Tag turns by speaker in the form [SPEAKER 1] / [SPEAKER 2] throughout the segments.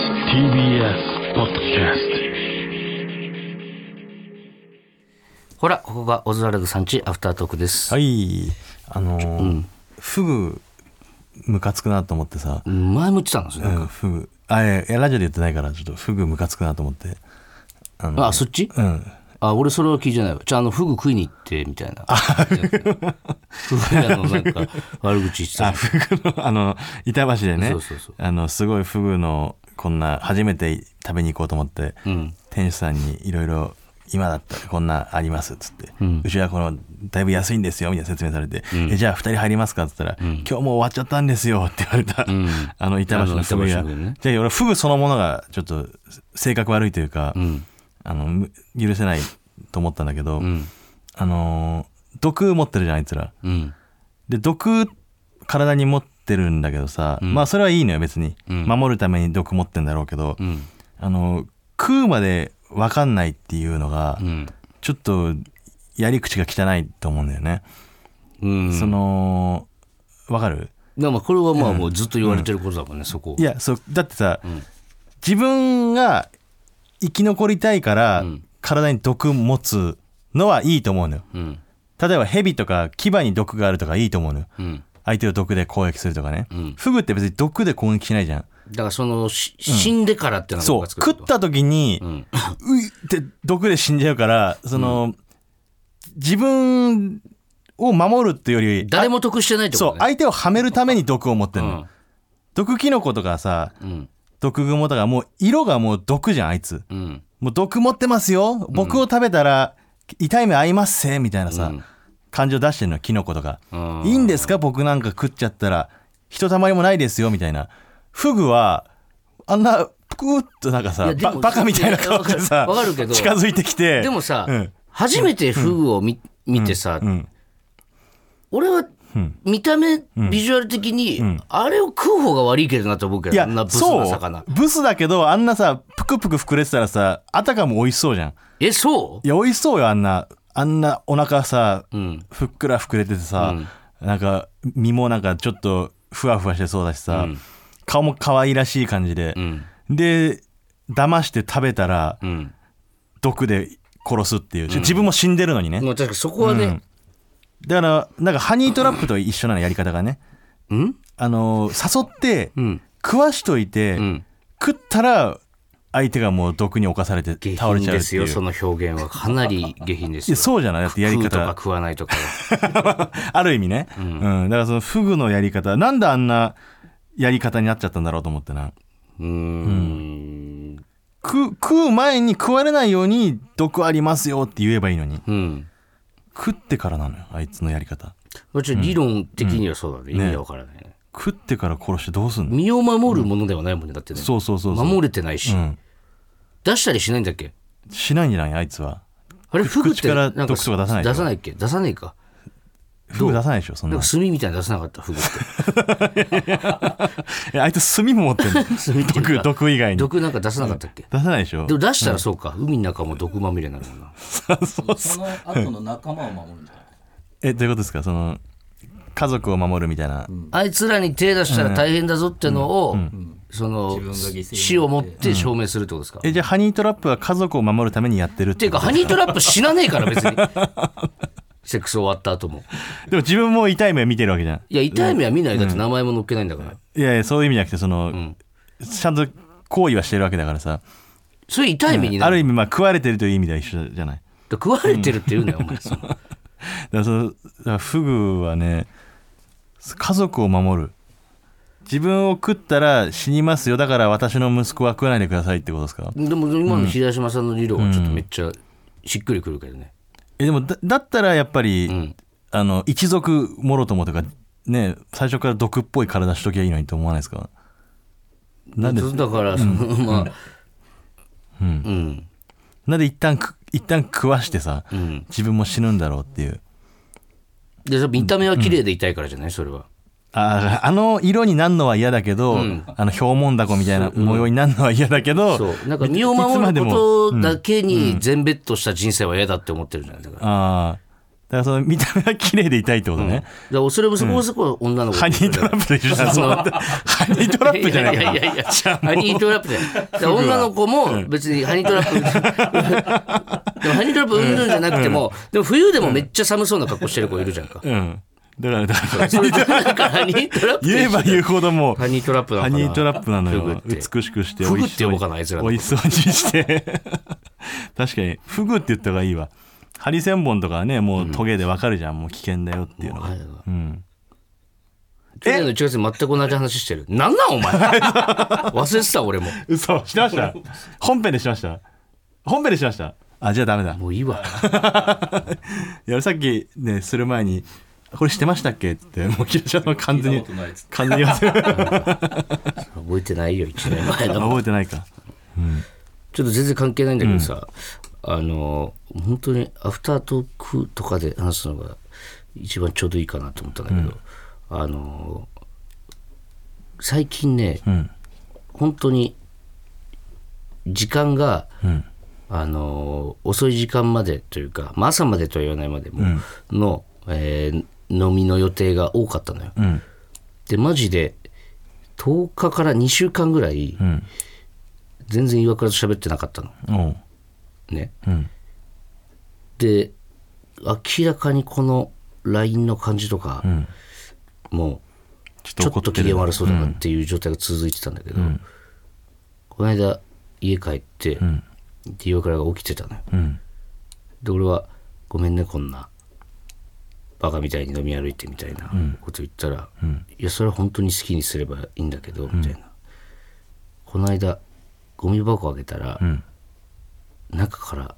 [SPEAKER 1] TBS ポッドキャス
[SPEAKER 2] ほら、ここがオズワルドさんちアフタートークです。
[SPEAKER 3] はいあのーフグムカつくなと思ってさ、
[SPEAKER 2] 前も言ってたんですね。
[SPEAKER 3] うん、フグあえいやラジオで言ってないからちょっとフグムカつくなと思ってあの
[SPEAKER 2] あ、そっち
[SPEAKER 3] うん
[SPEAKER 2] あ、俺それは聞いてないわ。じゃあ、あの、フグ食いに行って、みたいな。 フグ屋のなんか、悪口言って
[SPEAKER 3] あ
[SPEAKER 2] た。
[SPEAKER 3] フグのあの板橋でね
[SPEAKER 2] そうそうそう
[SPEAKER 3] あのすごいフグのこんな初めて食べに行こうと思って、
[SPEAKER 2] うん。
[SPEAKER 3] 店主さんにいろいろ今だったらこんなありますっつって、うんちはこのだいぶ安いんですよみたいな説明されて、えじゃあ2人入りますかっつったら、今日もう終わっちゃったんですよって言われた、
[SPEAKER 2] ん
[SPEAKER 3] あの板橋のフグ
[SPEAKER 2] あの板橋の
[SPEAKER 3] が、
[SPEAKER 2] フグね
[SPEAKER 3] じゃあ俺フグそのものがちょっと性格悪いというか、
[SPEAKER 2] うん。
[SPEAKER 3] あのむ許せないと思ったんだけど、
[SPEAKER 2] うん。
[SPEAKER 3] あのー毒持ってるじゃんあいつら
[SPEAKER 2] うん。
[SPEAKER 3] で毒体に持ってるんだけどさ、まあそれはいいのよ別に、
[SPEAKER 2] ん
[SPEAKER 3] 守るために毒持ってんだろうけど、
[SPEAKER 2] うん。
[SPEAKER 3] あの食うまで分かんないっていうのが、
[SPEAKER 2] うん。
[SPEAKER 3] ちょっとやり口が汚いと思うんだよね、
[SPEAKER 2] うん。
[SPEAKER 3] そ
[SPEAKER 2] その、
[SPEAKER 3] の分かる
[SPEAKER 2] でもまあこれはまあもうずっと言われてることだもんね、そこ。
[SPEAKER 3] いやそうだってさ、
[SPEAKER 2] ん
[SPEAKER 3] 自分が生き残りたいから、
[SPEAKER 2] ん
[SPEAKER 3] 体に毒持つのはいいと思うのよ
[SPEAKER 2] うん。
[SPEAKER 3] 例えば蛇とか牙に毒があるとかいいと思うのよ
[SPEAKER 2] うん。
[SPEAKER 3] 相手を毒で攻撃するとかね、
[SPEAKER 2] ん
[SPEAKER 3] フグって別に毒で攻撃しないじゃん
[SPEAKER 2] だからその、し死んでからってのは
[SPEAKER 3] そう食っ。た時に、
[SPEAKER 2] うん。
[SPEAKER 3] ういって毒で死んじゃうからその、自分を守るっていうより
[SPEAKER 2] 誰も得してないっ
[SPEAKER 3] あ
[SPEAKER 2] て
[SPEAKER 3] そ
[SPEAKER 2] こ
[SPEAKER 3] う
[SPEAKER 2] とね。
[SPEAKER 3] 相手をはめるために毒を持ってるの、毒キノコとかさ
[SPEAKER 2] うん。
[SPEAKER 3] 毒グモとかもう色がもう毒じゃんあいつ
[SPEAKER 2] うん。うん。
[SPEAKER 3] もう毒持ってますよ僕を食べたら痛い目合いますせみたいなさ、
[SPEAKER 2] うん
[SPEAKER 3] 感情出してるのキノコとか、
[SPEAKER 2] うん
[SPEAKER 3] いいんですか僕なんか食っちゃったらひとたまりもないですよみたいなフグはあんなぷくっとなんか
[SPEAKER 2] い
[SPEAKER 3] さ
[SPEAKER 2] やで
[SPEAKER 3] バ
[SPEAKER 2] も
[SPEAKER 3] バカみたいな顔で
[SPEAKER 2] い
[SPEAKER 3] さ
[SPEAKER 2] やわかるわかるけど
[SPEAKER 3] 近づいてきて
[SPEAKER 2] でもさ、
[SPEAKER 3] うん
[SPEAKER 2] 初めてフグを見,、見てさ、
[SPEAKER 3] ん
[SPEAKER 2] 俺は見た目、ビジュアル的に、あれを食う方が悪いけどなと思うけ
[SPEAKER 3] い
[SPEAKER 2] ど、あんな
[SPEAKER 3] や
[SPEAKER 2] ブス
[SPEAKER 3] そ
[SPEAKER 2] な
[SPEAKER 3] う
[SPEAKER 2] 魚。
[SPEAKER 3] ブスだけどあんなさぷくぷく膨れてたらさあたかも美味しそうじゃん
[SPEAKER 2] え、そう
[SPEAKER 3] いや美味しそうよあんなあんなお腹さ
[SPEAKER 2] うん。
[SPEAKER 3] ふっくら膨れててさ、なんか身もなんかちょっとふわふわしてそうだしさ、顔も可愛らしい感じで
[SPEAKER 2] う、ん。
[SPEAKER 3] で騙して食べたら
[SPEAKER 2] うん。
[SPEAKER 3] 毒で殺すっていう、自分も死んでるのにね、
[SPEAKER 2] もう確かにそこはね、
[SPEAKER 3] だからなんかハニートラップと一緒なのやり方がね
[SPEAKER 2] うん
[SPEAKER 3] あの誘って、
[SPEAKER 2] うん。
[SPEAKER 3] 食わしといて、
[SPEAKER 2] うん。
[SPEAKER 3] 食ったら相手がもう毒に侵されて
[SPEAKER 2] 下
[SPEAKER 3] 倒れ
[SPEAKER 2] 品
[SPEAKER 3] ちゃう
[SPEAKER 2] で
[SPEAKER 3] って
[SPEAKER 2] す
[SPEAKER 3] いう
[SPEAKER 2] よ、その表現は。かなり下品です
[SPEAKER 3] いや
[SPEAKER 2] よ。
[SPEAKER 3] そうじゃないだってやり
[SPEAKER 2] 食うとか
[SPEAKER 3] 方
[SPEAKER 2] 食わないとか。
[SPEAKER 3] ある意味ね、うんだからそのフグのやり方なんであんなやり方になっちゃったんだろうと思ってな
[SPEAKER 2] うーん。
[SPEAKER 3] 食う食う前に食われないように毒ありますよって言えばいいのに
[SPEAKER 2] うん。
[SPEAKER 3] 食ってからなのよあいつのやり方
[SPEAKER 2] もちろん理論的にはそうだね。意味がわからないね。
[SPEAKER 3] 食ってから殺してどうすんの、
[SPEAKER 2] 身を守るものではないもんね。だってね。
[SPEAKER 3] そうそうそうそう
[SPEAKER 2] 守れてないし
[SPEAKER 3] う。ん、
[SPEAKER 2] 出したりしないんだっけ
[SPEAKER 3] しないんじゃないあいつは
[SPEAKER 2] あれ、フグって
[SPEAKER 3] 口から
[SPEAKER 2] なん
[SPEAKER 3] 毒素が出さないでしょ
[SPEAKER 2] 出さないっけ出さないか。
[SPEAKER 3] フグ出さないでしょそん
[SPEAKER 2] な
[SPEAKER 3] なん
[SPEAKER 2] か炭みたいなの出さなかった、フグって。
[SPEAKER 3] えあいつ炭も 持ってんの毒毒以外に
[SPEAKER 2] 毒なんか出さなかったっけ
[SPEAKER 3] 出さないでしょ
[SPEAKER 2] でも出したらそうか、海の中も毒まみれになるもんな。
[SPEAKER 4] その後の仲間を守るんじゃない
[SPEAKER 3] えどういうことですかその家族を守るみたいな、
[SPEAKER 2] あいつらに手出したら大変だぞってのを、その
[SPEAKER 4] 自分が犠牲になって
[SPEAKER 2] 死をもって証明するってことですか、
[SPEAKER 3] え
[SPEAKER 2] っ
[SPEAKER 3] じゃあハニートラップは家族を守るためにやってるってて
[SPEAKER 2] いうか、ハニートラップ死なねえから別に。セックス終わった後も。
[SPEAKER 3] でも自分も痛い目見てるわけじゃん
[SPEAKER 2] いや、痛い目は見ない。だって名前も載っけないんだから。
[SPEAKER 3] いやいやそういう意味じゃなくてその、ちゃんと行為はしてるわけだからさ
[SPEAKER 2] それ痛い目にな
[SPEAKER 3] あ
[SPEAKER 2] る。
[SPEAKER 3] る意味まあ食われてるという意味では一緒じゃない
[SPEAKER 2] 食われてるって言うなよ、お前。その
[SPEAKER 3] だからそのだからフグはね家族を守る自分を食ったら死にますよだから私の息子は食わないでくださいってことですか
[SPEAKER 2] でも今の平島さんの理論はちょっとめっちゃしっくりくるけどね。
[SPEAKER 3] えでもだだったらやっぱり、
[SPEAKER 2] ん
[SPEAKER 3] あの一族もろともとかね最初から毒っぽい体しときゃいいのにと思わないですかなんで
[SPEAKER 2] そうだから、そのまあ、うん。
[SPEAKER 3] なんで一旦く一旦食わしてさ、
[SPEAKER 2] ん
[SPEAKER 3] 自分も死ぬんだろうっていう
[SPEAKER 2] で、それ見た目は綺麗で痛いからじゃないそれは。
[SPEAKER 3] ああの色になんのは嫌だけど、
[SPEAKER 2] ん
[SPEAKER 3] あの氷紋だこみたいな模様になんのは嫌だけど、
[SPEAKER 2] そう。なんか身を守ることだけに全ベッドした人生は嫌だって思ってるじゃないだから。
[SPEAKER 3] ああからその見た目は綺麗でいたいってこと
[SPEAKER 2] うんだ
[SPEAKER 3] ね
[SPEAKER 2] か。ら恐れ不足こそこ女の子
[SPEAKER 3] ハニートラップと一緒じゃん。そのハニートラップじゃない
[SPEAKER 2] い
[SPEAKER 3] か
[SPEAKER 2] やいやいやいやハニートラップで女の子も別にハニートラップ でもハニートラップうんぬんじゃなくてもでも冬でもめっちゃ寒そうな格好してる子いるじゃんか
[SPEAKER 3] うん。だから、だから、
[SPEAKER 2] それとなんかハニートラップと一緒
[SPEAKER 3] 言えば言うほどもう、
[SPEAKER 2] ハニートラップなの
[SPEAKER 3] ハ
[SPEAKER 2] かな
[SPEAKER 3] ニートラップなの
[SPEAKER 2] フグ
[SPEAKER 3] よ
[SPEAKER 2] っ。て
[SPEAKER 3] 美しくして、
[SPEAKER 2] フグ
[SPEAKER 3] 美
[SPEAKER 2] っ
[SPEAKER 3] 味
[SPEAKER 2] て
[SPEAKER 3] し
[SPEAKER 2] 呼
[SPEAKER 3] そう
[SPEAKER 2] ぼ
[SPEAKER 3] に
[SPEAKER 2] うかなあいつらの
[SPEAKER 3] 美
[SPEAKER 2] こと
[SPEAKER 3] 味しそうにして。確かに、フグって言った方がいいわ。ハリセンボンとかはね、もうトゲでわかるじゃん。もう危険だよっていうのが。うん。
[SPEAKER 2] 去年の1月に全く同じ話してるなんなんお 前忘れてた俺も
[SPEAKER 3] 嘘、してました本編でしました本編でしましたあ、じゃあダメだ。
[SPEAKER 2] もういいわ
[SPEAKER 3] いや俺さっきねする前に「これしてましたっけ?」って言ってもうキラちゃんの完全
[SPEAKER 4] 聞い
[SPEAKER 3] に
[SPEAKER 4] たことないっつって
[SPEAKER 3] 完全に忘れた
[SPEAKER 2] 覚えてないよ1年前 の
[SPEAKER 3] 覚えてないか
[SPEAKER 2] ちょっと全然関係ないんだけどさ、あの本当にアフタートークとかで話すのが一番ちょうどいいかなと思ったんだけど、あの最近ね
[SPEAKER 3] うん
[SPEAKER 2] 本当に時間が
[SPEAKER 3] うん
[SPEAKER 2] あの遅い時間までというか、まあ、朝までとは言わないまでも、の、えー飲みの予定が多かったのよ。
[SPEAKER 3] うん
[SPEAKER 2] でマジで10日から2週間ぐらい、
[SPEAKER 3] ん
[SPEAKER 2] 全然岩倉と喋ってなかったの
[SPEAKER 3] おう
[SPEAKER 2] ね。
[SPEAKER 3] うん
[SPEAKER 2] で明らかにこの LINE の感じとか、
[SPEAKER 3] ん
[SPEAKER 2] も
[SPEAKER 3] ちょ
[SPEAKER 2] う
[SPEAKER 3] っ
[SPEAKER 2] ち
[SPEAKER 3] と
[SPEAKER 2] ょ
[SPEAKER 3] 怒
[SPEAKER 2] っ
[SPEAKER 3] って
[SPEAKER 2] と
[SPEAKER 3] る
[SPEAKER 2] 機嫌悪そうだなっていう状態が続いてたんだけど、この間家帰って、で岩倉が起きてたのよ
[SPEAKER 3] うん
[SPEAKER 2] で俺は「ごめんねこんなバカみたいに飲み歩いて」みたいなこと言ったら「いやそれは本当に好きにすればいいんだけど」みたいな、この間ゴミ箱開けたら、
[SPEAKER 3] ん
[SPEAKER 2] 中から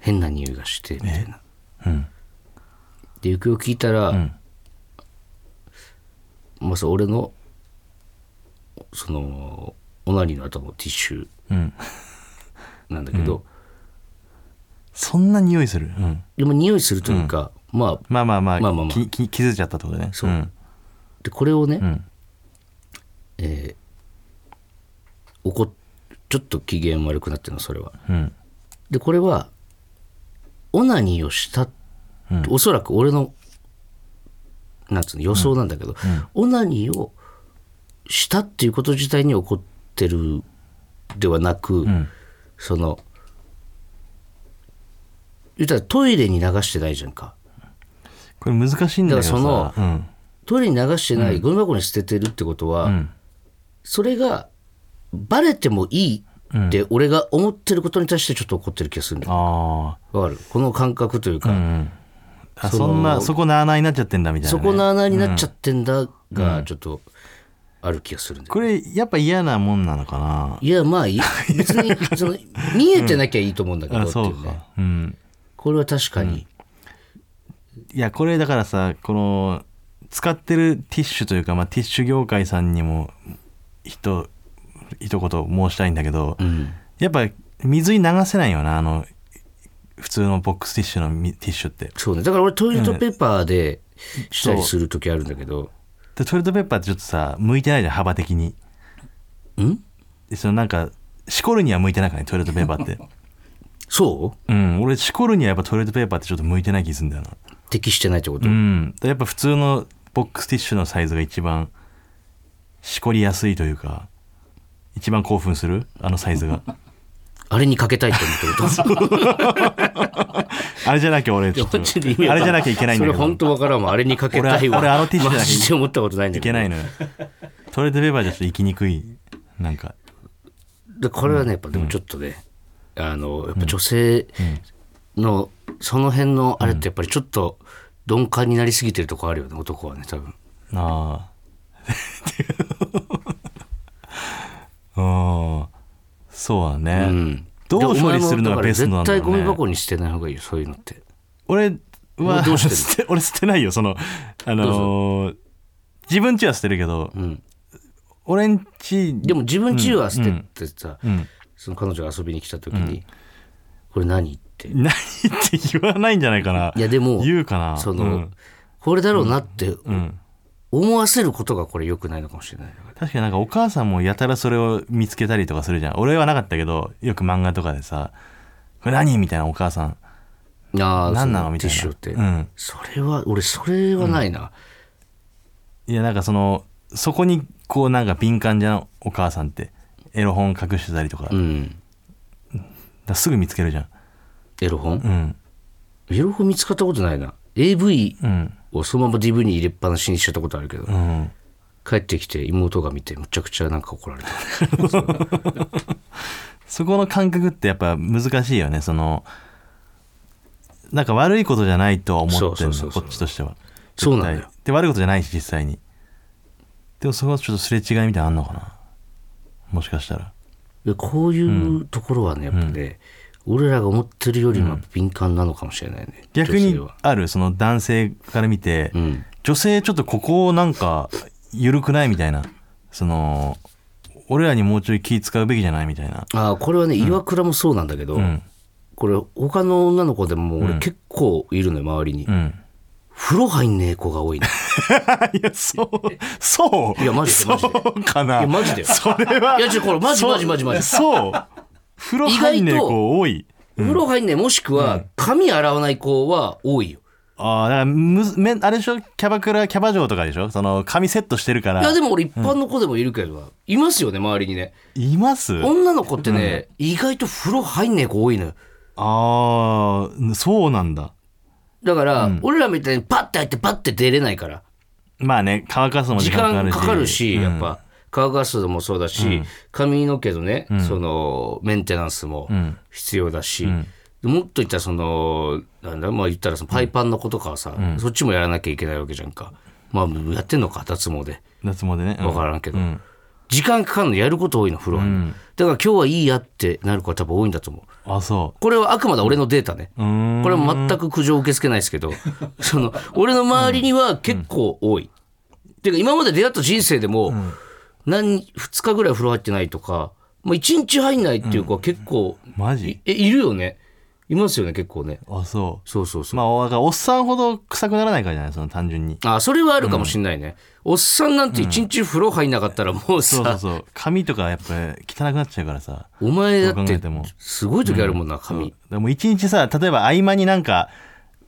[SPEAKER 2] 変な匂いがしてみたいな
[SPEAKER 3] うん
[SPEAKER 2] で行方を聞いたら、
[SPEAKER 3] ん
[SPEAKER 2] まあそう俺のそのおなりの後のティッシュ
[SPEAKER 3] うん
[SPEAKER 2] なんだけど、
[SPEAKER 3] そんな匂いするうん
[SPEAKER 2] でも匂いするというか、まあ
[SPEAKER 3] まあまあま
[SPEAKER 2] まあまあま
[SPEAKER 3] あ
[SPEAKER 2] あ
[SPEAKER 3] きき気づいちゃったってことね
[SPEAKER 2] そうんでこれをね、
[SPEAKER 3] ん
[SPEAKER 2] えー怒っちょっと機嫌悪くなってるのそれは
[SPEAKER 3] うん
[SPEAKER 2] でこれはオナニーをした、おそらく俺のなんつうの予想なんだけど、オナニーをしたっていうこと自体に怒ってるではなく、その言ったらトイレに流してないじゃんか
[SPEAKER 3] これ難しいんだけどさ
[SPEAKER 2] だから
[SPEAKER 3] その
[SPEAKER 2] トイレに流してない、ゴミ箱に捨ててるってことは、それがバレてもいいって俺が思ってることに対してちょっと怒ってる気がするんだよ
[SPEAKER 3] あ
[SPEAKER 2] わかるこの感覚というか、
[SPEAKER 3] ーうんあそんなそこなあなあになっちゃってんだみたいな
[SPEAKER 2] そ
[SPEAKER 3] ね
[SPEAKER 2] この穴になっちゃってんだがちょっとある気がするんだよ、
[SPEAKER 3] これやっぱ嫌なもんなのかない
[SPEAKER 2] やま あい別にその見えてなきゃいいと思うんだけど
[SPEAKER 3] あ
[SPEAKER 2] ってい
[SPEAKER 3] そうう
[SPEAKER 2] ね
[SPEAKER 3] かうん
[SPEAKER 2] これは確かに、
[SPEAKER 3] いやこれだからさこの使ってるティッシュというか、まあ、ティッシュ業界さんにもひと一言申したいんだけど、
[SPEAKER 2] うん
[SPEAKER 3] やっぱ水に流せないよなあの普通のボックスティッシュのみティッシュって
[SPEAKER 2] そうねだから俺トイレットペーパーでしたりする時あるんだけど、
[SPEAKER 3] でトイレットペーパーってちょっとさ向いてないじゃん幅的に
[SPEAKER 2] ん
[SPEAKER 3] でそのなんかしこるには向いてないからねトイレットペーパー って
[SPEAKER 2] そ
[SPEAKER 3] うん俺しこるにはやっぱトイレットペーパーってちょっと向いてない気するんだよな
[SPEAKER 2] う適してないってこと、
[SPEAKER 3] うんやっぱ普通のボックスティッシュのサイズが一番しこりやすいというか一番興奮するあのサイズが
[SPEAKER 2] あれにかけたいって思ってること
[SPEAKER 3] あれじゃなきゃ俺ちょっと
[SPEAKER 2] 本当に意味わ
[SPEAKER 3] あ
[SPEAKER 2] かん
[SPEAKER 3] れじゃなきゃいけないんだ
[SPEAKER 2] それ
[SPEAKER 3] けど
[SPEAKER 2] 本当わからんもんあれにかけたいわ
[SPEAKER 3] 俺俺あのティッシュじゃ
[SPEAKER 2] マ
[SPEAKER 3] なきゃいけない
[SPEAKER 2] ジで思ったことないんだ
[SPEAKER 3] い
[SPEAKER 2] け
[SPEAKER 3] け
[SPEAKER 2] ど
[SPEAKER 3] ないのよトイレットペーパーじゃちょっと生きにくいなんか
[SPEAKER 2] でこれはねやっぱでもちょっとね、あのやっぱ女性のその辺のあれってやっぱりちょっと鈍感になりすぎてるとこあるよね男はね多分
[SPEAKER 3] あ あうんそうだね、
[SPEAKER 2] うん
[SPEAKER 3] どう
[SPEAKER 2] で
[SPEAKER 3] 処理するのがベストなんだろ
[SPEAKER 2] お前もだから絶対
[SPEAKER 3] うね
[SPEAKER 2] ゴミ箱に捨てない方がいいよそういうのって
[SPEAKER 3] 俺は
[SPEAKER 2] どう してんの
[SPEAKER 3] 捨て俺捨てないよそのあのー自分ちは捨てるけど、
[SPEAKER 2] ん
[SPEAKER 3] 俺んち
[SPEAKER 2] でも自分家は捨てってさ、
[SPEAKER 3] ん
[SPEAKER 2] その彼女が遊びに来た時に「これ何?」ってい
[SPEAKER 3] 何って言わないんじゃないかな。
[SPEAKER 2] やでも
[SPEAKER 3] 言うかな。
[SPEAKER 2] そうの、
[SPEAKER 3] ん
[SPEAKER 2] これだろうなって
[SPEAKER 3] うん
[SPEAKER 2] 思わせることがこれ良くないのかもしれない
[SPEAKER 3] 確かになんかお母さんもやたらそれを見つけたりとかするじゃん。俺はなかったけど、よく漫画とかでさ、これ何みたいなお母さん。
[SPEAKER 2] ああ
[SPEAKER 3] 何なのみたい
[SPEAKER 2] ティッシュって、
[SPEAKER 3] な、うん、
[SPEAKER 2] それは俺それはないな、
[SPEAKER 3] いやなんかそのそこにこうなんか敏感じゃんお母さんってエロ本隠してたりとか,、
[SPEAKER 2] うん
[SPEAKER 3] すぐ見つけるじゃん
[SPEAKER 2] エロ本、
[SPEAKER 3] うん
[SPEAKER 2] エロ本見つかったことないな AV
[SPEAKER 3] うん
[SPEAKER 2] をそのまま DV に入れっぱなしにしちゃったことあるけど、
[SPEAKER 3] うん
[SPEAKER 2] 帰ってきて妹が見てむちゃくちゃなんか怒られた
[SPEAKER 3] そこの感覚ってやっぱ難しいよねそのなんか悪いことじゃないとは思ってる
[SPEAKER 2] そうそう
[SPEAKER 3] の
[SPEAKER 2] そうそ
[SPEAKER 3] こ
[SPEAKER 2] う
[SPEAKER 3] っちとしては
[SPEAKER 2] そうなんだよ
[SPEAKER 3] 絶対で悪いことじゃないし実際にでもそこはちょっとすれ違いみたいなのあんのかなもしかしたら
[SPEAKER 2] でこういうところはねやっぱね、俺らが思ってるよりも敏感なのかもしれないね
[SPEAKER 3] 逆
[SPEAKER 2] 女性
[SPEAKER 3] に
[SPEAKER 2] は
[SPEAKER 3] あるその男性から見て、
[SPEAKER 2] うん
[SPEAKER 3] 女性ちょっとここなんか緩くないみたいなその俺らにもうちょい気使うべきじゃないみたいな
[SPEAKER 2] ああこれはね岩倉もそうなんだけど、
[SPEAKER 3] うん
[SPEAKER 2] これ他の女の子でも
[SPEAKER 3] う
[SPEAKER 2] 俺
[SPEAKER 3] ん
[SPEAKER 2] 結構いるのよ周りに、
[SPEAKER 3] うん
[SPEAKER 2] 風呂入んねえ子が多いね
[SPEAKER 3] いやそうそう
[SPEAKER 2] いやマジでマジで
[SPEAKER 3] そうかない
[SPEAKER 2] いやマジで
[SPEAKER 3] それはい
[SPEAKER 2] やちょこれマジ
[SPEAKER 3] そう
[SPEAKER 2] マジマジマジ
[SPEAKER 3] そう風呂入んねえ子多い
[SPEAKER 2] 風呂入んねえもしくは髪洗わない子は多いよ
[SPEAKER 3] ああだからむずめあれでしょキャバクラキャバ嬢とかでしょその髪セットしてるか
[SPEAKER 2] い
[SPEAKER 3] ら
[SPEAKER 2] やでも俺一般の子でもいるけど、いますよね周りにね
[SPEAKER 3] いますあ
[SPEAKER 2] 女の子ってね、意外と風呂入んねえ子多いのよ
[SPEAKER 3] あーそうなんだ
[SPEAKER 2] だから、俺らみたいにパッて入ってパッて出れないから
[SPEAKER 3] まあね乾かすのも
[SPEAKER 2] 時
[SPEAKER 3] 時間
[SPEAKER 2] 間
[SPEAKER 3] か
[SPEAKER 2] か
[SPEAKER 3] か
[SPEAKER 2] か
[SPEAKER 3] る
[SPEAKER 2] る
[SPEAKER 3] し
[SPEAKER 2] し、やっぱ乾かすのもそうだし、髪の毛のね、そのメンテナンスも
[SPEAKER 3] ん
[SPEAKER 2] 必要だし、もっと言ったらそのなんだまあ言ったらそのパイパンの子とかはさ、そっちもやらなきゃいけないわけじゃんかまあやってんのか脱毛で
[SPEAKER 3] うん脱毛でねうん
[SPEAKER 2] 分からんけど、
[SPEAKER 3] うん
[SPEAKER 2] 時間かかるのやること多いの風呂は、だから今日はいいやってなる子は多分多いんだと思う
[SPEAKER 3] あそ
[SPEAKER 2] これはあくまで俺のデータね、
[SPEAKER 3] ううーん
[SPEAKER 2] これは全く苦情を受け付けないですけ ど、その、俺の周りには結構多い。てか、今まで出会った人生でも、何、2日ぐらい風呂入ってないとか、まあ、1日入んないっていう子は結構、
[SPEAKER 3] マジ
[SPEAKER 2] いえ、いるよね。いますよね、結構ね。
[SPEAKER 3] あそ
[SPEAKER 2] そうそうそう
[SPEAKER 3] まあおだからおっさんほど臭くならないからじゃないその単純に。
[SPEAKER 2] あ、それはあるかもしんないね。おっさんなんて1日風呂入んなかったらもうさ、
[SPEAKER 3] そうそうそう髪とかやっぱ汚くなっちゃうからさ
[SPEAKER 2] お前だ
[SPEAKER 3] どう
[SPEAKER 2] っ
[SPEAKER 3] 考え
[SPEAKER 2] て
[SPEAKER 3] ても、
[SPEAKER 2] すごい時あるもんな、
[SPEAKER 3] そう
[SPEAKER 2] 髪。
[SPEAKER 3] でも一日さ例えば合間になんか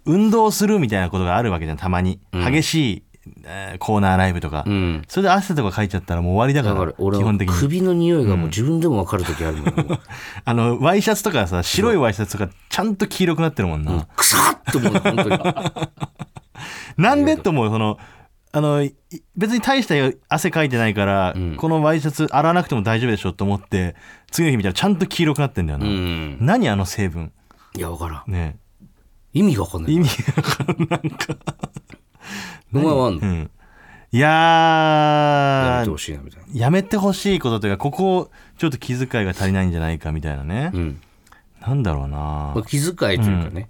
[SPEAKER 3] 運動するみたいなことがあるわけじゃんたまに、激しい、えーコーナーライブとか、
[SPEAKER 2] うん。
[SPEAKER 3] それで汗とかかいちゃったらもう終わりだ
[SPEAKER 2] だ
[SPEAKER 3] か
[SPEAKER 2] からら俺
[SPEAKER 3] 基
[SPEAKER 2] は
[SPEAKER 3] 本的に
[SPEAKER 2] 首の匂いがもう自分でも分かる時ある もん、もう
[SPEAKER 3] あのワイシャツとかさ白いワイシャツとかちゃんと黄色くなってるもんな、
[SPEAKER 2] くさっと思うの本当に。
[SPEAKER 3] なんでと思うそのあのい別に大した汗かいてないから、このワイシャツ洗わなくても大丈夫でしょと思って次の日見たらちゃんと黄色くなってんだよな、
[SPEAKER 2] うん。
[SPEAKER 3] 何あの成分
[SPEAKER 2] いや、分からん。
[SPEAKER 3] ね
[SPEAKER 2] 意味がわかんない。
[SPEAKER 3] 意味が
[SPEAKER 2] お前はあん
[SPEAKER 3] う
[SPEAKER 2] の
[SPEAKER 3] んい
[SPEAKER 2] や
[SPEAKER 3] や
[SPEAKER 2] めて
[SPEAKER 3] ー
[SPEAKER 2] ほしいな、みたいな。
[SPEAKER 3] やめてほしいことというかここちょっと気遣いが足りないんじゃないかみたいなね、
[SPEAKER 2] うん。
[SPEAKER 3] なんだろうな
[SPEAKER 2] まあ、気遣いというかね。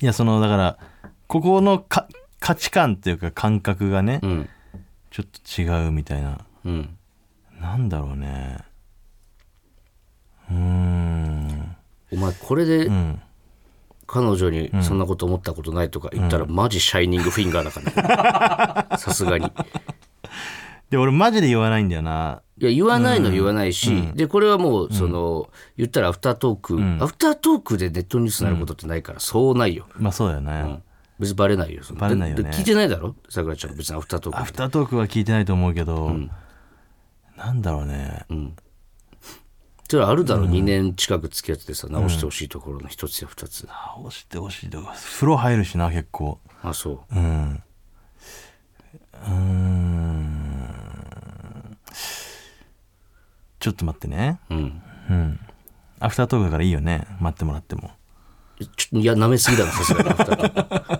[SPEAKER 3] いやそのだからここのか価値観というか感覚がね、
[SPEAKER 2] うん。
[SPEAKER 3] ちょっと違うみたいな
[SPEAKER 2] うん。
[SPEAKER 3] なんだろうねうーん
[SPEAKER 2] お前、これで
[SPEAKER 3] うん
[SPEAKER 2] 彼女にそんなこと思ったことないとか言ったら、マジシャイニングフィンガーだから ね。さすがに。
[SPEAKER 3] で俺マジで言わないんだよない
[SPEAKER 2] や、言わないの言わないし、で、これはもう、その、言ったらアフタートーク、アフタートークでネットニュースになることってないから、そうないよ。
[SPEAKER 3] まあそうだよね、
[SPEAKER 2] 別にバレないよ。その
[SPEAKER 3] バレないよね
[SPEAKER 2] でで聞いてないだろ桜ちゃん、別にアフタートー
[SPEAKER 3] ア
[SPEAKER 2] ク
[SPEAKER 3] フ。タートークは聞いてないと思うけど、なんだろうね、
[SPEAKER 2] それはあるだろ、2年近く付き合っててさ、直してほしいところの一つや二つ。
[SPEAKER 3] 直してほしいとか風呂入るしな結構
[SPEAKER 2] あ、そう。
[SPEAKER 3] うんうーんちょっと待ってね
[SPEAKER 2] うん。
[SPEAKER 3] うんアフタートークだからいいよね待ってもらっても
[SPEAKER 2] ちょっと、いや、舐めすぎだな、さすがにアフタートー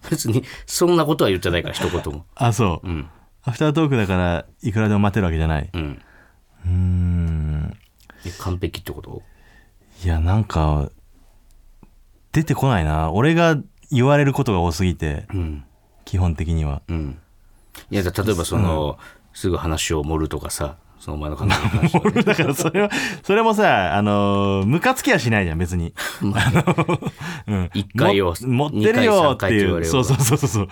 [SPEAKER 2] ク。 別に、そんなことは言ってないから、一言も。
[SPEAKER 3] あそう、
[SPEAKER 2] ん
[SPEAKER 3] アフタートークだからいくらでも待てるわけじゃない
[SPEAKER 2] うん。
[SPEAKER 3] うーん
[SPEAKER 2] え完璧ってこと
[SPEAKER 3] いやなんか出てこないな俺が言われることが多すぎて
[SPEAKER 2] うん。
[SPEAKER 3] 基本的には
[SPEAKER 2] うん。いや、だ例えば、その、すぐ話を盛るとかさ、そのお前の考えの話をね。
[SPEAKER 3] だからそれは それもさあのームカつきはしないじゃん別に
[SPEAKER 2] 一回を、
[SPEAKER 3] も持ってる
[SPEAKER 2] 二回
[SPEAKER 3] よ
[SPEAKER 2] 三
[SPEAKER 3] って
[SPEAKER 2] 回って
[SPEAKER 3] い
[SPEAKER 2] 言わ
[SPEAKER 3] う
[SPEAKER 2] れよ
[SPEAKER 3] そうう
[SPEAKER 2] が
[SPEAKER 3] そうそうそうそう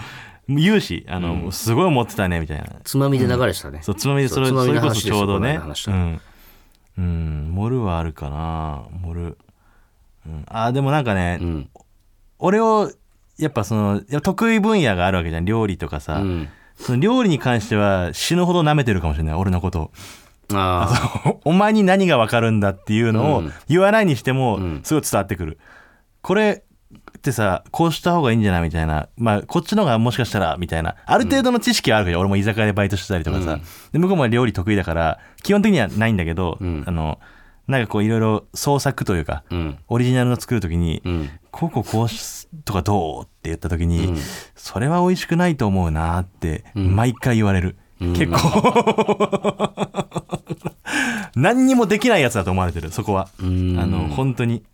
[SPEAKER 3] 言うしあの、すごい持ってたねみたいな
[SPEAKER 2] つまみで流れてたね。
[SPEAKER 3] そうつまみでそれ
[SPEAKER 2] つ
[SPEAKER 3] そ
[SPEAKER 2] まみ
[SPEAKER 3] れ
[SPEAKER 2] の
[SPEAKER 3] こそ
[SPEAKER 2] 話
[SPEAKER 3] ちょうど
[SPEAKER 2] ですこの
[SPEAKER 3] ね
[SPEAKER 2] 前の話し
[SPEAKER 3] う
[SPEAKER 2] た
[SPEAKER 3] ん、うん、盛るはあるかな盛る、うん、あーでもなんかね、
[SPEAKER 2] うん。
[SPEAKER 3] 俺をやっぱそのやっぱ得意分野があるわけじゃん料理とかさ、
[SPEAKER 2] うん
[SPEAKER 3] その料理に関しては死ぬほど舐めてるかもしれない俺のことを
[SPEAKER 2] あ
[SPEAKER 3] お前に何が分かるんだっていうのを
[SPEAKER 2] うん
[SPEAKER 3] 言わないにしても
[SPEAKER 2] ん
[SPEAKER 3] すごい伝わってくる、これってさこうした方がいいんじゃないみたいなまあこっちの方がもしかしたらみたいなある程度の知識はあるけど、俺も居酒屋でバイトしてたりとかさ、で向こうも料理得意だから基本的にはないんだけど、あのなんかこういろいろ創作というか、
[SPEAKER 2] あうん
[SPEAKER 3] オリジナルの作る時に、
[SPEAKER 2] うん
[SPEAKER 3] こうこうこうしとかどうって言った時に、それは美味しくないと思うなって毎回言われる、結構 何にもできないやつだと思われてるそこはあ
[SPEAKER 2] ん
[SPEAKER 3] の本当に、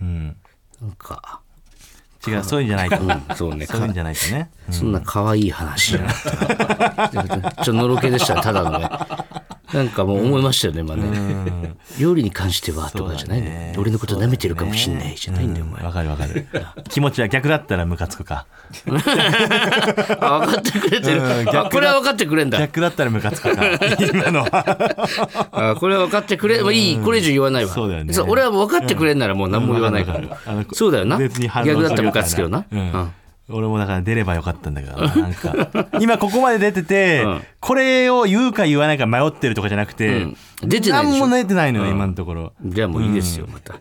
[SPEAKER 3] うん、
[SPEAKER 2] なんか
[SPEAKER 3] 違うそういうんじゃないと、
[SPEAKER 2] うんそうね
[SPEAKER 3] そういうんじゃないとね、うん
[SPEAKER 2] そんな可愛い 話じゃなかった。ちょっとのろけでしたね、ただのね。なんかもう思いましたよね、今ね。料理に関してはとかじゃない
[SPEAKER 3] そう
[SPEAKER 2] ね
[SPEAKER 3] だね。
[SPEAKER 2] 俺のこと舐めてるかもしんないじゃないんだよ、お
[SPEAKER 3] うん
[SPEAKER 2] 前。
[SPEAKER 3] わかるわかる気持ちは逆だったらムカつくか
[SPEAKER 2] あ、分かってくれてる
[SPEAKER 3] うん。逆
[SPEAKER 2] あ、これは分かってくれんだ。
[SPEAKER 3] 逆だったらムカつく か今のは
[SPEAKER 2] あ、これは分かってくれ、まあいい、これ以上言わないわ。
[SPEAKER 3] そうだよね
[SPEAKER 2] 俺は分かってくれんならもう何も言わないか
[SPEAKER 3] うんわ
[SPEAKER 2] ら
[SPEAKER 3] かるわかる。
[SPEAKER 2] そうだよな。
[SPEAKER 3] 別に反応する
[SPEAKER 2] 逆だったらムカつくよな。
[SPEAKER 3] う
[SPEAKER 2] うんん
[SPEAKER 3] 俺もだから出ればよかったんだけどななんか 今ここまで出てて、
[SPEAKER 2] うん
[SPEAKER 3] これを言うか言わないか迷ってるとかじゃなくて、
[SPEAKER 2] うん出てないでしょ
[SPEAKER 3] 何も出てないのよ、今のところ
[SPEAKER 2] じゃあもういいですよ、また。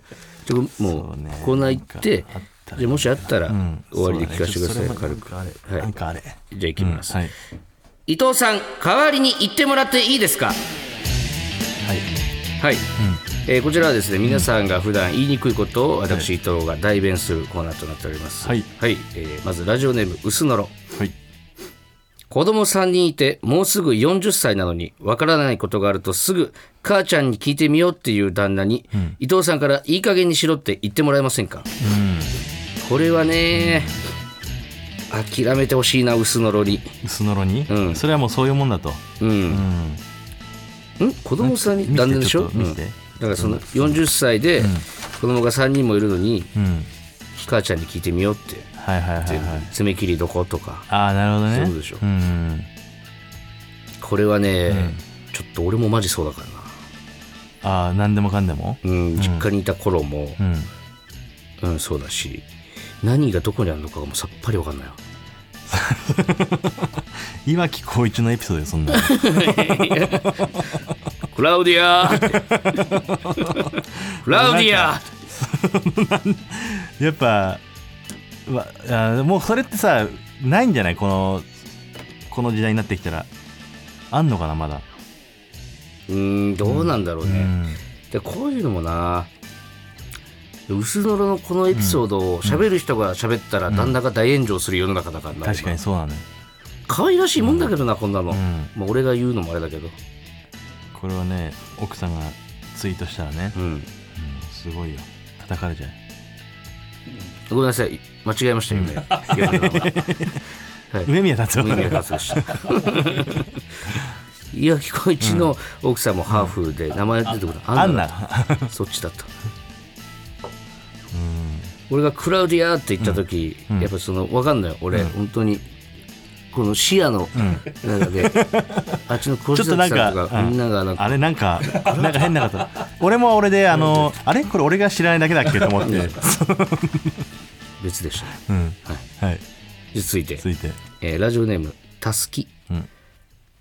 [SPEAKER 2] ちょも
[SPEAKER 3] そう
[SPEAKER 2] う
[SPEAKER 3] ね、
[SPEAKER 2] コーナー行って
[SPEAKER 3] なんかあった、ら
[SPEAKER 2] じゃあもしあったら
[SPEAKER 3] うん
[SPEAKER 2] 終わりで聞かせてください、
[SPEAKER 3] そうね
[SPEAKER 2] 軽く。
[SPEAKER 3] なんかあれ、
[SPEAKER 2] はい
[SPEAKER 3] なんかあれ
[SPEAKER 2] じゃあ行きます。
[SPEAKER 3] はい、
[SPEAKER 2] 伊藤さん代わりに言ってもらっていいですか
[SPEAKER 3] はい
[SPEAKER 2] はい、えーこちらはですね皆さんが普段言いにくいことを私伊藤が代弁するコーナーとなっております
[SPEAKER 3] はい
[SPEAKER 2] えーまずラジオネームうすのろ
[SPEAKER 3] はい
[SPEAKER 2] 子供3人いてもうすぐ40歳なのにわからないことがあるとすぐ母ちゃんに聞いてみようっていう旦那に、伊藤さんからいい加減にしろって言ってもらえませんか、これはね諦めてほしいなうすのろに
[SPEAKER 3] 薄のろに、
[SPEAKER 2] うん
[SPEAKER 3] それはもうそういうもんだと、
[SPEAKER 2] うん
[SPEAKER 3] うん、
[SPEAKER 2] ん子供さんに
[SPEAKER 3] 見せて
[SPEAKER 2] 旦那でしょ
[SPEAKER 3] ちょっと見せて
[SPEAKER 2] うんだからその40歳で子供が3人もいるのに
[SPEAKER 3] うん
[SPEAKER 2] 母ちゃんに聞いてみようって
[SPEAKER 3] はいはいはいはい
[SPEAKER 2] 爪切りどことか
[SPEAKER 3] ああなるほどね
[SPEAKER 2] そうでしょ
[SPEAKER 3] ん、
[SPEAKER 2] これはねちょっと俺もマジそうだからな
[SPEAKER 3] ああ何でもかんでも
[SPEAKER 2] うん実家にいた頃も
[SPEAKER 3] うん
[SPEAKER 2] うんそうだし何がどこにあるのかがもうさっぱり分かん ないよ
[SPEAKER 3] 岩城浩一のエピソードよそんなの
[SPEAKER 2] クラウディ アーってクラウディアーって
[SPEAKER 3] やっぱうわあーもうそれってさないんじゃないこのこの時代になってきたらあんのかなまだ、
[SPEAKER 2] うんどうなんだろう
[SPEAKER 3] う
[SPEAKER 2] ね
[SPEAKER 3] ん、
[SPEAKER 2] でこういうのもな薄泥のこのエピソードを喋る人が喋ったら旦那が大炎上する世の中だからな、
[SPEAKER 3] 確かにそうなのよ
[SPEAKER 2] 可愛らしいもんだけどな、こんなの、
[SPEAKER 3] うん
[SPEAKER 2] まあ、俺が言うのもあれだけど、
[SPEAKER 3] これはね奥さんがツイートしたらね、
[SPEAKER 2] うん、
[SPEAKER 3] うんすごいよ叩かれちゃう
[SPEAKER 2] ごめんなさい間違えましたよね、世の中はい
[SPEAKER 3] 上宮達夫
[SPEAKER 2] 無意味な発言した 岩城浩一の奥さんもハーフで名前出てくる
[SPEAKER 3] アンナ
[SPEAKER 2] そっちだった。俺がクラウディアって言った時、やっぱその分かんないよ俺、本当にこの視野の中で、 あっちの小
[SPEAKER 3] ちょ
[SPEAKER 2] 路
[SPEAKER 3] っ
[SPEAKER 2] さ
[SPEAKER 3] となんん
[SPEAKER 2] と
[SPEAKER 3] か
[SPEAKER 2] かみんながなんか
[SPEAKER 3] あれなん かなんか変なこと俺も俺であのあれこれ俺が知らないだけだっけと 思って、
[SPEAKER 2] 別でした、
[SPEAKER 3] うん
[SPEAKER 2] はい、
[SPEAKER 3] はい
[SPEAKER 2] じゃあ続いて
[SPEAKER 3] ついて
[SPEAKER 2] えーラジオネームたすき、
[SPEAKER 3] ん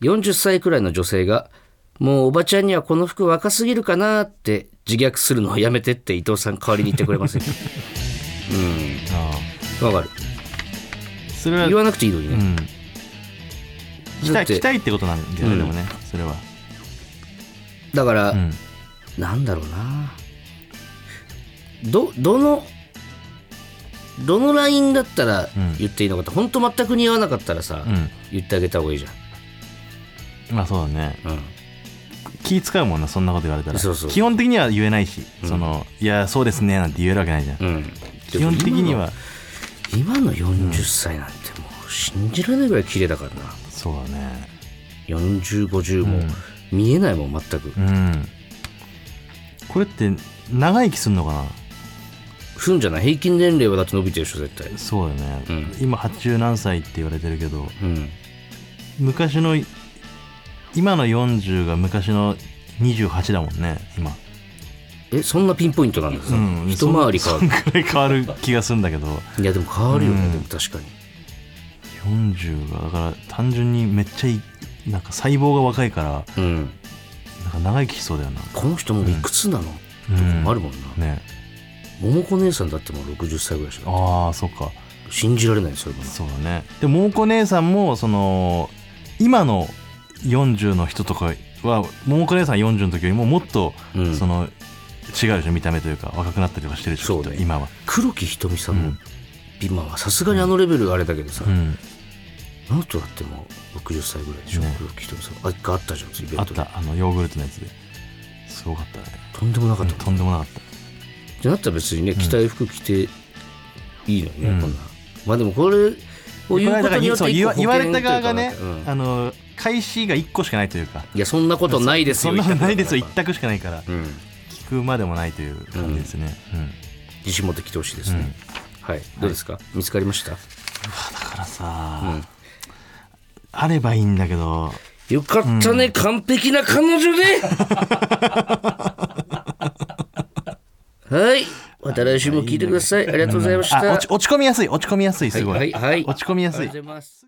[SPEAKER 2] 40歳くらいの女性が「もうおばちゃんにはこの服若すぎるかな」って自虐するのをやめてって伊藤さん代わりに言ってくれませんか
[SPEAKER 3] あ
[SPEAKER 2] うんわかる
[SPEAKER 3] あそれは
[SPEAKER 2] 言わなくていいのに
[SPEAKER 3] う
[SPEAKER 2] ね、
[SPEAKER 3] ん期
[SPEAKER 2] だっ
[SPEAKER 3] 待
[SPEAKER 2] て
[SPEAKER 3] 期待ってことなんだよね、でもねそれは
[SPEAKER 2] だから、
[SPEAKER 3] うん
[SPEAKER 2] なんだろうなどどのどのラインだったら
[SPEAKER 3] うん
[SPEAKER 2] 言っていいのかって、ほん、本当全く似合わなかったらさ、
[SPEAKER 3] うん
[SPEAKER 2] 言ってあげた方がいいじ
[SPEAKER 3] まあそうだね
[SPEAKER 2] ゃん、うん、
[SPEAKER 3] 気使うもんなそんなこと言われたら
[SPEAKER 2] そうそう
[SPEAKER 3] 基本的には言えないし、そのいやそうですねなんて言えるわけないじゃん、
[SPEAKER 2] うん、
[SPEAKER 3] 基本的には
[SPEAKER 2] 今の40歳なんてもう信じられないぐらい綺麗だからな
[SPEAKER 3] そうだね
[SPEAKER 2] 4050も見えないもん全く、
[SPEAKER 3] うんこれって長生きすんのか
[SPEAKER 2] すんじゃない平均年齢はだって伸びてるでしょ絶対
[SPEAKER 3] なそうだね、
[SPEAKER 2] うん
[SPEAKER 3] 今80何歳って言われてるけど
[SPEAKER 2] うん
[SPEAKER 3] 昔の今の40が昔の28だもんね今
[SPEAKER 2] えそんなピンポイントなんですか、一回り変わる
[SPEAKER 3] くらい変わる気がするんだけど
[SPEAKER 2] いやでも変わるよね、でも確かに
[SPEAKER 3] 40がだから単純にめっちゃいなんか細胞が若いから
[SPEAKER 2] うん
[SPEAKER 3] なんか長生きしそうだよな
[SPEAKER 2] この人もういくつなの、とかもあるもんな、
[SPEAKER 3] ね
[SPEAKER 2] 桃子姉さんだってもう60歳ぐらいしか
[SPEAKER 3] ああそっか
[SPEAKER 2] 信じられないそれも
[SPEAKER 3] そうだねでも桃子姉さんもその今の40の人とかは桃子姉さん40の時よりももっと、
[SPEAKER 2] うん
[SPEAKER 3] その違うでしょ見た目というか若くなったりとかしてるでしょ、
[SPEAKER 2] そうね
[SPEAKER 3] きっと今は、
[SPEAKER 2] 黒木ひとみさん
[SPEAKER 3] う
[SPEAKER 2] も
[SPEAKER 3] ん
[SPEAKER 2] 今はさすがにあのレベルがあれだけどさ、
[SPEAKER 3] うん、
[SPEAKER 2] あの人だってもう60歳ぐらいでしょ、
[SPEAKER 3] ね
[SPEAKER 2] 黒木ひとみさんあ一回あったじゃんイベ
[SPEAKER 3] あ
[SPEAKER 2] ン
[SPEAKER 3] っ
[SPEAKER 2] トで
[SPEAKER 3] たあのヨーグルトのやつですごかったね
[SPEAKER 2] とんでもなかった、
[SPEAKER 3] とんでもなかった
[SPEAKER 2] じゃなったら別にね着たい服着ていいのにね、
[SPEAKER 3] うん
[SPEAKER 2] こんなまあでもこれを言うことによって
[SPEAKER 3] そう
[SPEAKER 2] 一
[SPEAKER 3] 言
[SPEAKER 2] 個保険
[SPEAKER 3] わ言われた側がね
[SPEAKER 2] というかなんかうん
[SPEAKER 3] あの開始が1個しかないというか
[SPEAKER 2] いやそんなことないです
[SPEAKER 3] そ
[SPEAKER 2] よ
[SPEAKER 3] んなこと
[SPEAKER 2] 言いたく
[SPEAKER 3] ないですよ
[SPEAKER 2] か
[SPEAKER 3] 1択しかないから
[SPEAKER 2] らうん
[SPEAKER 3] 聞くまでもないという感じですね、うん
[SPEAKER 2] 自信持って来てほしいですね、
[SPEAKER 3] うん
[SPEAKER 2] はいどうですか、見つかりました
[SPEAKER 3] だからさ、あればいいんだけど
[SPEAKER 2] よかったね、完璧な彼女 ではいまた来週も聞いてくださいありがとうございました
[SPEAKER 3] あ落ち落ち込みやすい落ち込みやすいすごい、
[SPEAKER 2] はいはいはい
[SPEAKER 3] 落ち込みや
[SPEAKER 2] あ
[SPEAKER 3] す
[SPEAKER 2] り
[SPEAKER 3] い
[SPEAKER 2] がとうございます